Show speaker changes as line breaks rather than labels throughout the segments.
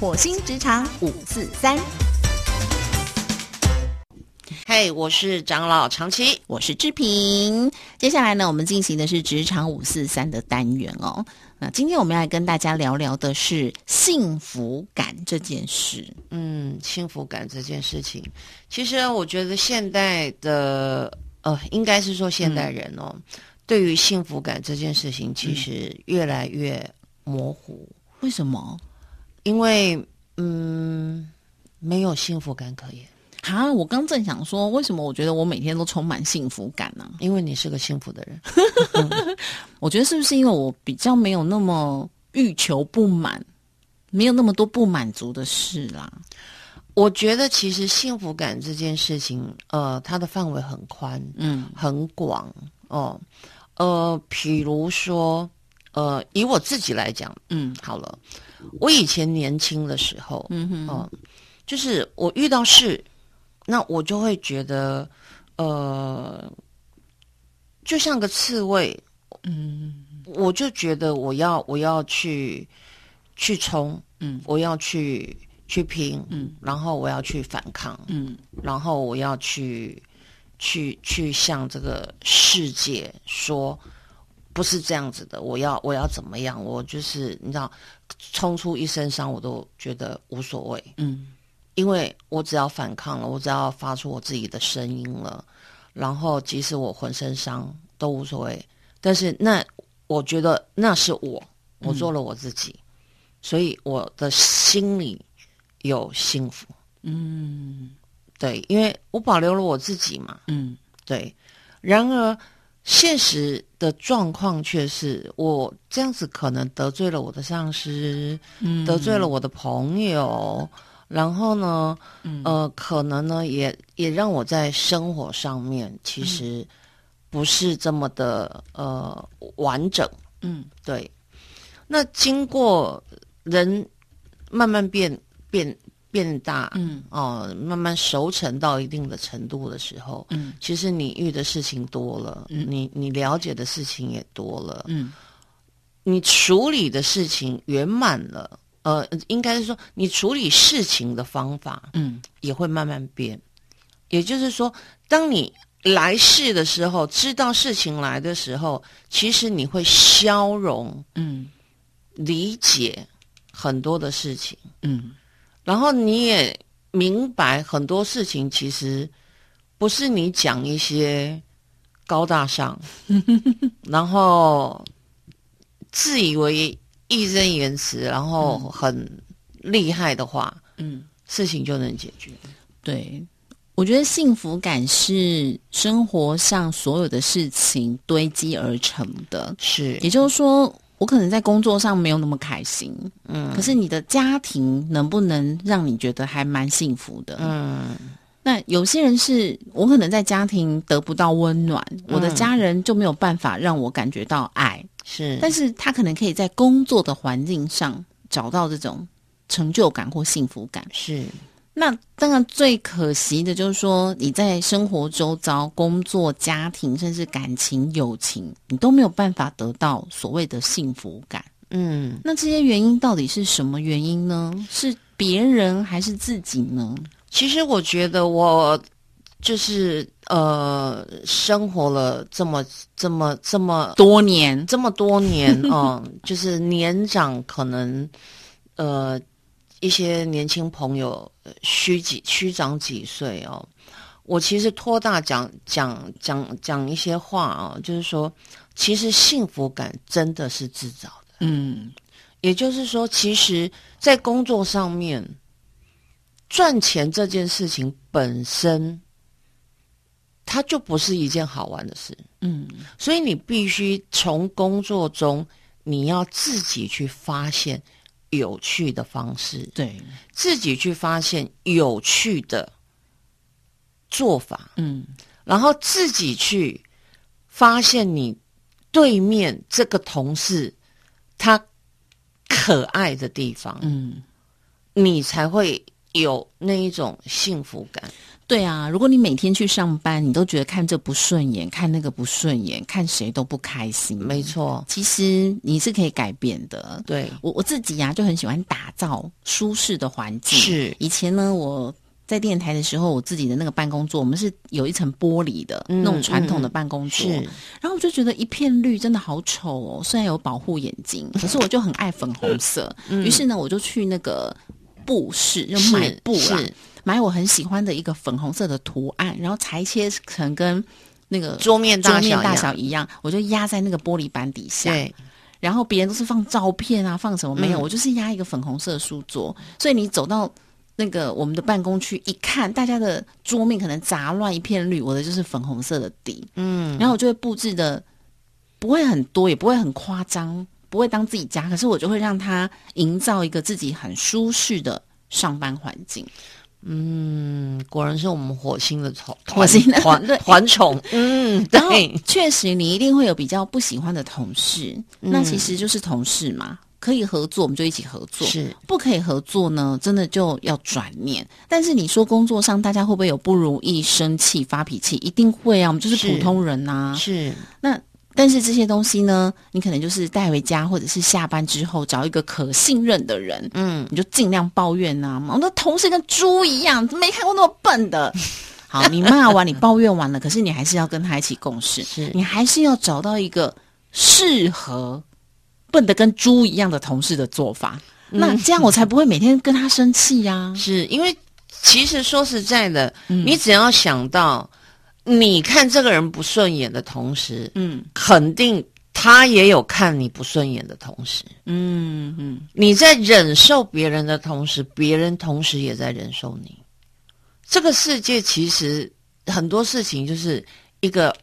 火星职场五四三，
嘿我是长老长期。
我是志平。接下来呢，我们进行的是职场五四三的单元哦。那今天我们要来跟大家聊聊的是幸福感这件事。
嗯，幸福感这件事情，其实我觉得现代的呃，应该是说现代人哦，对于幸福感这件事情，其实越来越模糊，
为什么？
因为嗯，没有幸福感可言，
啊，我刚正想说，为什么我觉得我每天都充满幸福感呢、
因为你是个幸福的人。
我觉得是不是因为我比较没有那么欲求不满，没有那么多不满足的事啦？
我觉得其实幸福感这件事情，呃，它的范围很宽，
嗯
很广哦，呃，比如说，呃，以我自己来讲。
嗯
好了，我以前年轻的时候，
嗯哼
哦、就是我遇到事，那我就会觉得，呃，就像个刺猬，
嗯
我就觉得我要我要去去冲，
嗯
我要去去拼，
嗯，
然后我要去反抗，
嗯
然后我要去去去向这个世界说，不是这样子的，我要我要怎么样？我就是你知道，冲出一身伤，我都觉得无所谓，
嗯
因为我只要反抗了，我只要发出我自己的声音了，然后即使我浑身伤都无所谓，但是那我觉得那是我，我做了我自己，所以我的心里有幸福。
嗯
对，因为我保留了我自己嘛。
嗯
对，然而现实的状况却是我这样子可能得罪了我的上司，
嗯
得罪了我的朋友，然后呢，
嗯
呃，可能呢也也让我在生活上面
嗯
其实不是这么的呃完整。
嗯
对，那经过人慢慢变变变大，
嗯
哦，慢慢熟成到一定的程度的时候，
嗯
其实你遇的事情多了，
嗯
你你了解的事情也多了，
嗯
你处理的事情圆满了，呃，应该是说你处理事情的方法
嗯
也会慢慢变。也就是说，当你来世的时候，知道事情来的时候，其实你会消融、
嗯
理解很多的事情。
嗯
然后你也明白很多事情其实不是你讲一些高 大上，然后自以为义正言辞，然后很厉害的话，
嗯，
事情就能解决。
对，我觉得幸福感是生活上所有的事情堆积而成的，
是，
也就是说。我可能在工作上没有那么开心，
嗯
可是你的家庭能不能让你觉得还蛮幸福的？
嗯
那有些人是我可能在家庭得不到温暖，我的
嗯
家人就没有办法让我感觉到爱，
是，
但是他可能可以在工作的环境上找到这种成就感或幸福感。
是
那当然最可惜的就是说，你在生活周遭、工作、家庭，甚至感情、友情，你都没有办法得到所谓的幸福感。
嗯，
那这些原因到底是什么原因呢？是别人还是自己呢？
其实我觉得我就是呃，生活了这么这么这么
多年，
这么多年，嗯，就是年长可能，呃，一些年轻朋友呃虚几虚长几岁哦。我其实托大讲讲讲讲一些话啊、就是说，其实幸福感真的是自找的。
嗯
也就是说，其实，在工作上面，赚钱这件事情本身，它就不是一件好玩的事。
嗯
所以你必须从工作中，你要自己去发现有趣的方式，
对，
自己去发现有趣的做法，
嗯
然后自己去发现你对面这个同事他可爱的地方，
嗯，
你才会有那一种幸福感。
对啊，如果你每天去上班，你都觉得看这不顺眼，看那个不顺眼，看谁都不开心。
没错，
其实你是可以改变的。
对，
我我自己呀、就很喜欢打造舒适的环境。
是
以前呢，我在电台的时候，我自己的那个办公桌，我们是有一层玻璃的、
嗯
那种传统的办公桌，
是
然后我就觉得一片绿真的好丑哦，虽然有保护眼 睛，可是我就很爱粉红色。于是呢，我就去那个布市，就买布啊啦，
嗯是
买我很喜欢的一个粉红色的图案，然后裁切成跟那个
桌面
桌
大
面
小
大
一样
小一样，我就压在那个玻璃板底下。
对，
然后别人都是放照片啊，放什么没有，
嗯
我就是压一个粉红色的书桌，所以你走到那个我们的办公区一看，大家的桌面可能杂乱一片绿，我的就是粉红色的底，
嗯，
然后我就会布置的不会很多，也不会很夸张，不会当自己家，可是我就会让它营造一个自己很舒适的上班环境。
果然是我们火星的虫，
火星的
团
对
团宠，嗯，
然后
对，
确实你一定会有比较不喜欢的同事，
嗯
那其实就是同事嘛，可以合作我们就一起合作，
是
不可以合作呢，真的就要转念。但是你说工作上大家会不会有不如意、生气、发脾气？一定会啊，我们就是
是
普通人呐、
是，
那但是这些东西呢，你可能就是带回家，或者是下班之后找一个可信任的人，
嗯，
你就尽量抱怨呐、我的同事跟猪一样，没看过那么笨 的。好，你骂完，你抱怨完了，可是你还是要跟他一起共事，
是
你还是要找到一个适合笨的跟猪一样的同事的做法。那这样我才不会每天跟他生气呀、
是因为其实说实在的，
嗯
你只要想到你看这个人不顺眼的同时，
嗯
肯定他也有看你不顺眼的同时。
嗯嗯，
你在忍受别人的同时，别人同时也在忍受你。这个世界其实很多事情就是一个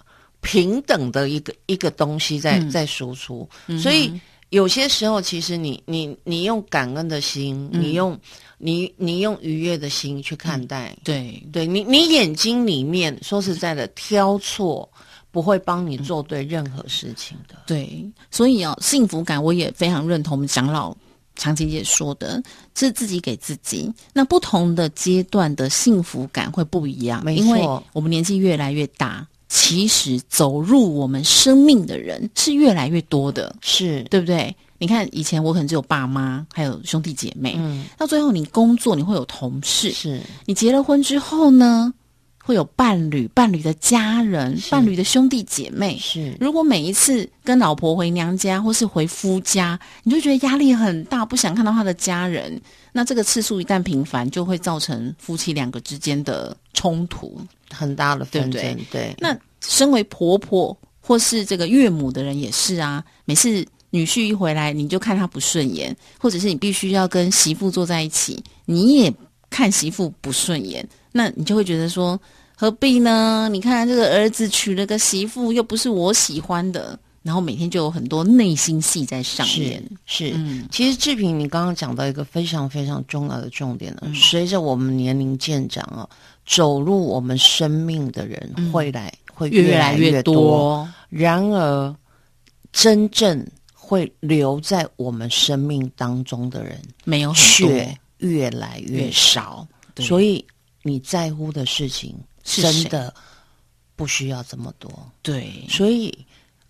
平等的一个一个东西在、
嗯
在输出，所以有些时候其实你你你用感恩的心，
嗯
你用你你用愉悦的心去看待，
对，
对你你眼睛里面说实在的挑错不会帮你做对任何事情的，
对，所以哦，幸福感我也非常认同我们长老长琴姐说的，是自己给自己。那不同的阶段的幸福感会不一样，
没
因为
错
我们年纪越来越大，其实走入我们生命的人是越来越多的，
是
对不对？你看，以前我可能只有爸妈，还有兄弟姐妹。
嗯
到最后，你工作你会有同事，
是
你结了婚之后呢，会有伴侣、伴侣的家人、
是
伴侣的兄弟姐妹，
是
如果每一次跟老婆回娘家或是回夫家，你就觉得压力很大，不想看到他的家人，那这个次数一旦频繁，就会造成夫妻两个之间的冲突。
很大的纷
对
争，
不
对
那身为婆婆或是这个岳母的人也是啊，每次女婿一回来，你就看他不顺眼，或者是你必须要跟媳妇坐在一起，你也看媳妇不顺眼，那你就会觉得说何必呢？你看这个儿子娶了个媳妇，又不是我喜欢的，然后每天就有很多内心戏在上演。
是。是
嗯，
其实志平，你刚刚讲到一个非常非常重要的重点
嗯
了。随着我们年龄渐长啊，走入我们生命的人会来、会
嗯越来
来
越
多。
多，
然而，真正会留在我们生命当中的人
没有哦很多
却越来越少。
对
所以，你在乎的事情
是
真
谁
的不需要这么多。
对，
所以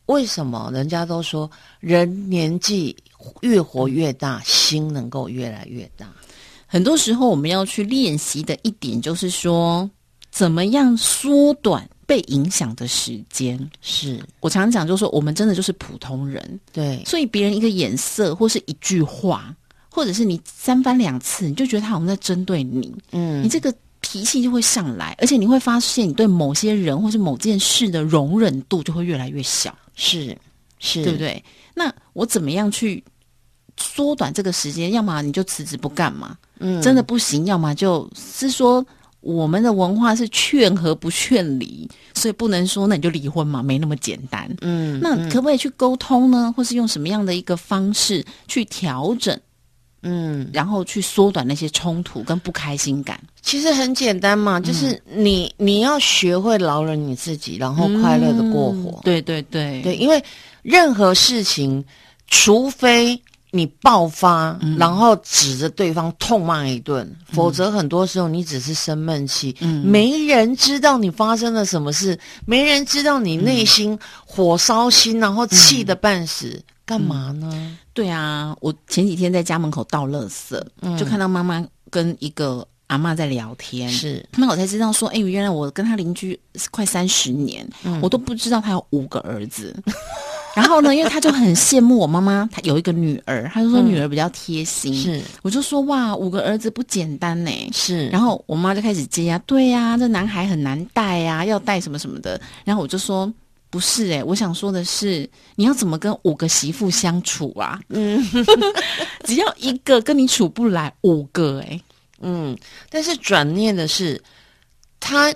为什么人家都说人年纪越活越大，心能够越来越大？
很多时候我们要去练习的一点就是说，怎么样缩短被影响的时间。
是
我常讲，就是说我们真的就是普通人，
对，
所以别人一个眼色或是一句话，或者是你三番两次，你就觉得他好像在针对你，你
嗯，
这个脾气就会上来，而且你会发现你对某些人或是某件事的容忍度就会越来越小。
是是，
对不？对？那我怎么样去缩短这个时间？要么你就辞职不干嘛，
嗯
真的不行；要么就是说我们的文化是劝和不劝离，所以不能说那你就离婚嘛，没那么简单。
嗯，
那可不可以去沟通呢？或是用什么样的一个方式去调整，
嗯，
然后去缩短那些冲突跟不开心感？
其实很简单
嗯
嘛，就是你你要学会饶了你自己，然后快乐的过活。
嗯嗯对对对
对，因为任何事情，除非你爆发，
嗯
然后指着对方痛骂一顿，否则很多时候你只是生闷气，
嗯
没人知道你发生了什么事，没人知道你内心火烧心，然后气得半死，干嘛呢？
对啊，我前几天在家门口倒垃圾，
嗯
就看到妈妈跟一个阿嬷在聊天。
是
那我才知道说，哎、原来我跟他邻居是快三十年，我都不知道他有五个儿子。 然后呢，因为他就很羡慕我妈妈，她有一个女儿，他就说女儿比较贴心。
是
我就说哇，五个儿子不简单呢。
是，
然
后
后我妈就开始接呀、对呀、这男孩很难带呀、要带什么什么的。然后我就说。不是诶、我想说的是，你要怎么跟五个媳妇相处啊？嗯， 只要一个跟你处不来，五个诶、
嗯，但是转念的是，他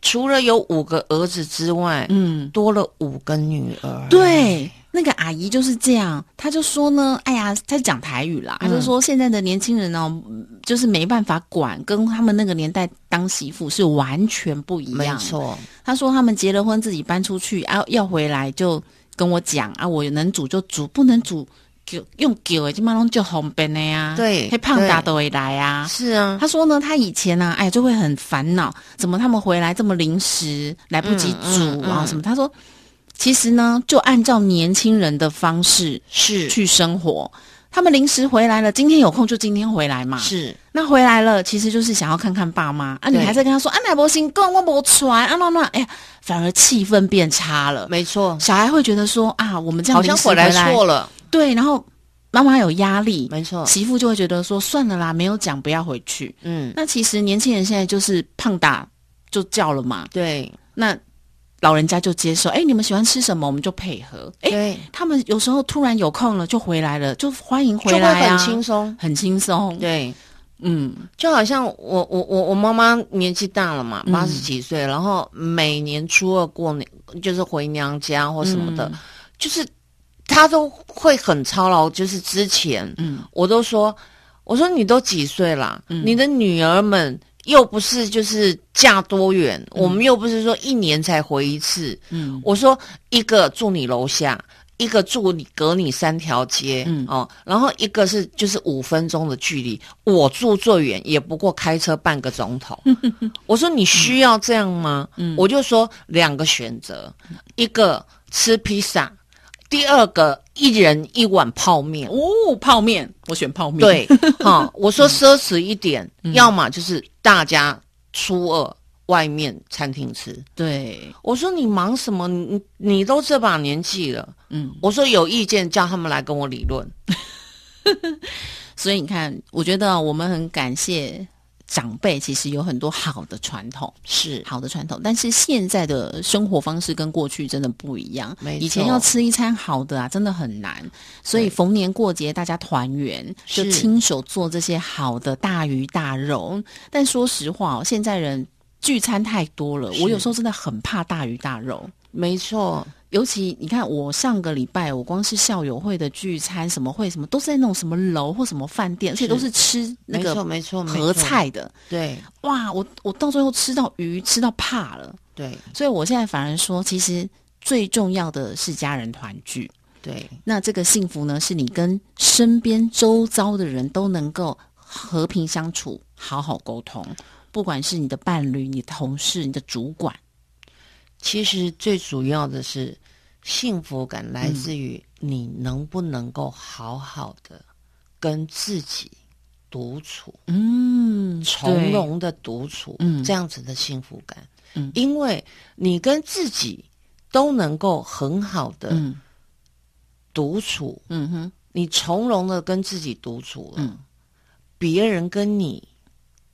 除了有五个儿子之外，
嗯，
多了五个女儿，
对，那个阿姨就是这样，她就说呢，哎呀，她讲台语啦，
嗯
她就说现在的年轻人哦，嗯就是没办法管，跟他们那个年代当媳妇是完全不一
没
样。
错，
他说他们结了婚自己搬出去啊，要回来就跟我讲啊，我能煮就煮，不能煮就用给的，基本上就红本的呀、
对
黑胖达
对
都会来啊。
是啊，
他说呢，他以前呢、啊，哎，就会很烦恼，怎么他们回来这么临时，来不及
嗯
煮
嗯
啊
嗯
什么？他说，其实呢，就按照年轻人的方式
是
去生活。他们临时回来了，今天有空就今天回来嘛。
是，
那回来了，其实就是想要看看爸妈啊，你
对
还在跟他说啊，奶伯行跟我没传啊，那那哎呀，反而气氛变差了。
没错，
小孩会觉得说啊，我们这样
嗯好像
临时
回
回
来错了，嗯
对，然后妈妈有压力，
没错，
媳妇就会觉得说算了啦，没有讲不要回去。
嗯，
那其实年轻人现在就是胖打就叫了嘛，
对，
那老人家就接受，哎，你们喜欢吃什么，我们就配合。哎，
对，
他们有时候突然有空了就回来了，就欢迎
就
回
会
来
很
啊，
轻松，
很轻松。
对，
嗯，
就好像我我我我妈妈年纪大了嘛，
嗯
八十几岁，然后每年初二过年就是回娘家或什么的，
嗯
就是她都会很操劳。就是之前
嗯，
我都说，我说你都几岁啦？
嗯
你的女儿们又不是就是嫁多远，我们又不是说一年才回一次。
嗯
我说一个住你楼下。一个住你隔你三条街，
嗯
哦，然后一个是就是五分钟的距离，我住最远也不过开车半个钟 头。我说你需要这样吗？
嗯
我就说两个选择，一个吃披萨，第二个一人一碗泡面。
哦，嗯泡面，我选泡面。，
对，哈、我说奢侈一点，
嗯
要么就是大家初二外面餐厅吃。
对，
我说你忙什么？你你都这把年纪了，
嗯，
我说有意见叫他们来跟我理论。
所以你看，我觉得啊我们很感谢长辈，其实有很多好的传统。
是
好的传统，但是现在的生活方式跟过去真的不一样。
没错
以前要吃一餐好的啊，真的很难。所以逢年过节大家团圆，
是
就亲手做这些好的大鱼大肉。但说实话哦，现在人聚餐太多了，
是
我有时候真的很怕大鱼大肉。
没错，
尤其你看，我上个礼拜我光是校友会的聚餐，什么会什么都是在那种什么楼或什么饭店，而且都是吃那
没错，
个
没错，没
合
错，
菜的。
对
哇，我我到最后吃到鱼吃到怕了。
对
所以我现在反而说，其实最重要的是家人团聚。
对，
那这个幸福呢，是你跟身边周遭的人都能够和平相处，好好沟通。不管是你的伴侣、你的同事、你的主管，
其实最主要的是幸福感来自于你能不能够好好的跟自己独处。
嗯，
从容的独处，
嗯
这样子的幸福感，
嗯
因为你跟自己都能够很好的
嗯
独处，
嗯哼，
你从容的跟自己独处了，
嗯
别人跟你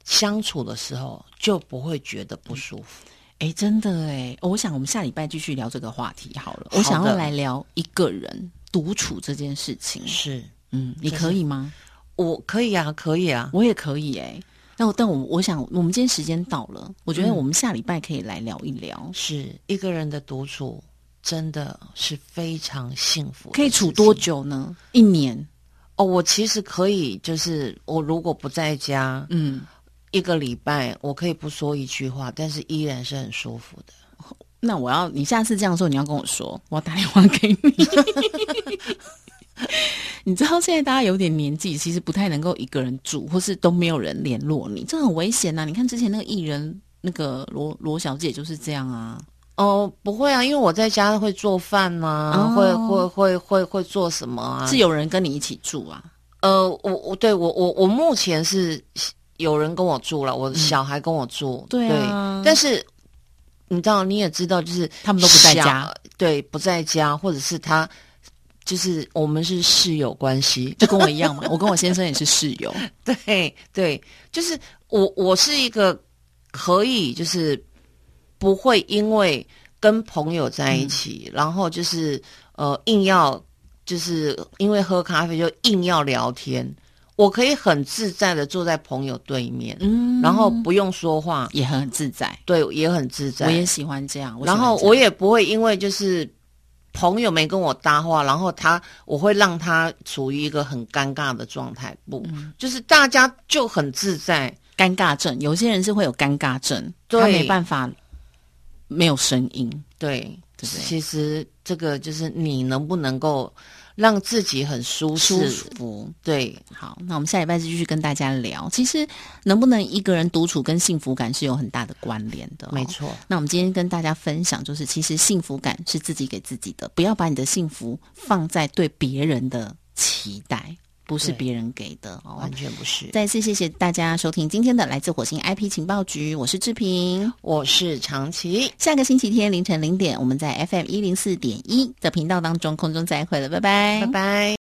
相处的时候就不会觉得不舒服。
哎，真的哎，我想我们下礼拜继续聊这个话题好了。
好的
我想要来聊一个人独处这件事情，
是
嗯，你可以吗？
我可以啊，可以啊，
我也可以哎、那我但我我想，我们今天时间到了，我觉得我们下礼拜可以来聊一聊，
是一个人的独处真的是非常幸福的事情。
可以处多久呢？一年，
哦，我其实可以，就是我如果不在家，
嗯，
一个礼拜，我可以不说一句话，但是依然是很舒服的。
那我要你下次这样说，你要跟我说，我要打电话给你。 你知道现在大家有点年纪，其实不太能够一个人住，或是都没有人联络你，这很危险啊呐、你看之前那个艺人那个罗罗小姐就是这样啊。
哦，不会啊，因为我在家会做饭嘛，
哦
会会会会会做什么啊？
是有人跟你一起住啊？
呃，我我对我我我目前是有人跟我住了，我小孩跟我住，
嗯对啊
但是你知道，你也知道，就是
他们都不在家
小，对，不在家，或者是他就是我们是室友关系，
就跟我一样嘛。我跟我先生也是室友，
对对，就是我我是一个可以就是不会因为跟朋友在
嗯
一起，然后就是呃硬要就是因为喝咖啡就硬要聊天，我可以很自在的坐在朋友对面，
嗯
然后不用说话，
也很自在。
对，也很自在
我。也喜欢这样。
然后我也不会因为就是朋友没跟我搭话，然后他我会让他处于一个很尴尬的状态，不，
嗯
就是大家就很自在。
喜欢这样尴尬症，有些人是会有尴尬症，
对
他没办法没有声音。
对，
对不对
其实这个就是你能不能够让自己很舒适，
舒服。
对，
好，那我们下礼拜继续跟大家聊。其实能不能一个人独处跟幸福感是有很大的关联的、哦
没。错，
那我们今天跟大家分享，就是其实幸福感是自己给自己的，不要把你的幸福放在对别人的期待，不是
对
别人给的哦
完。全不是。
再次谢谢大家收听今天的来自火星 IP 情报局，我是志平。
我是长崎，
下个星期天凌晨零点，我们在 FM 一零四点一的频道当中空中再会了，拜拜，
拜拜。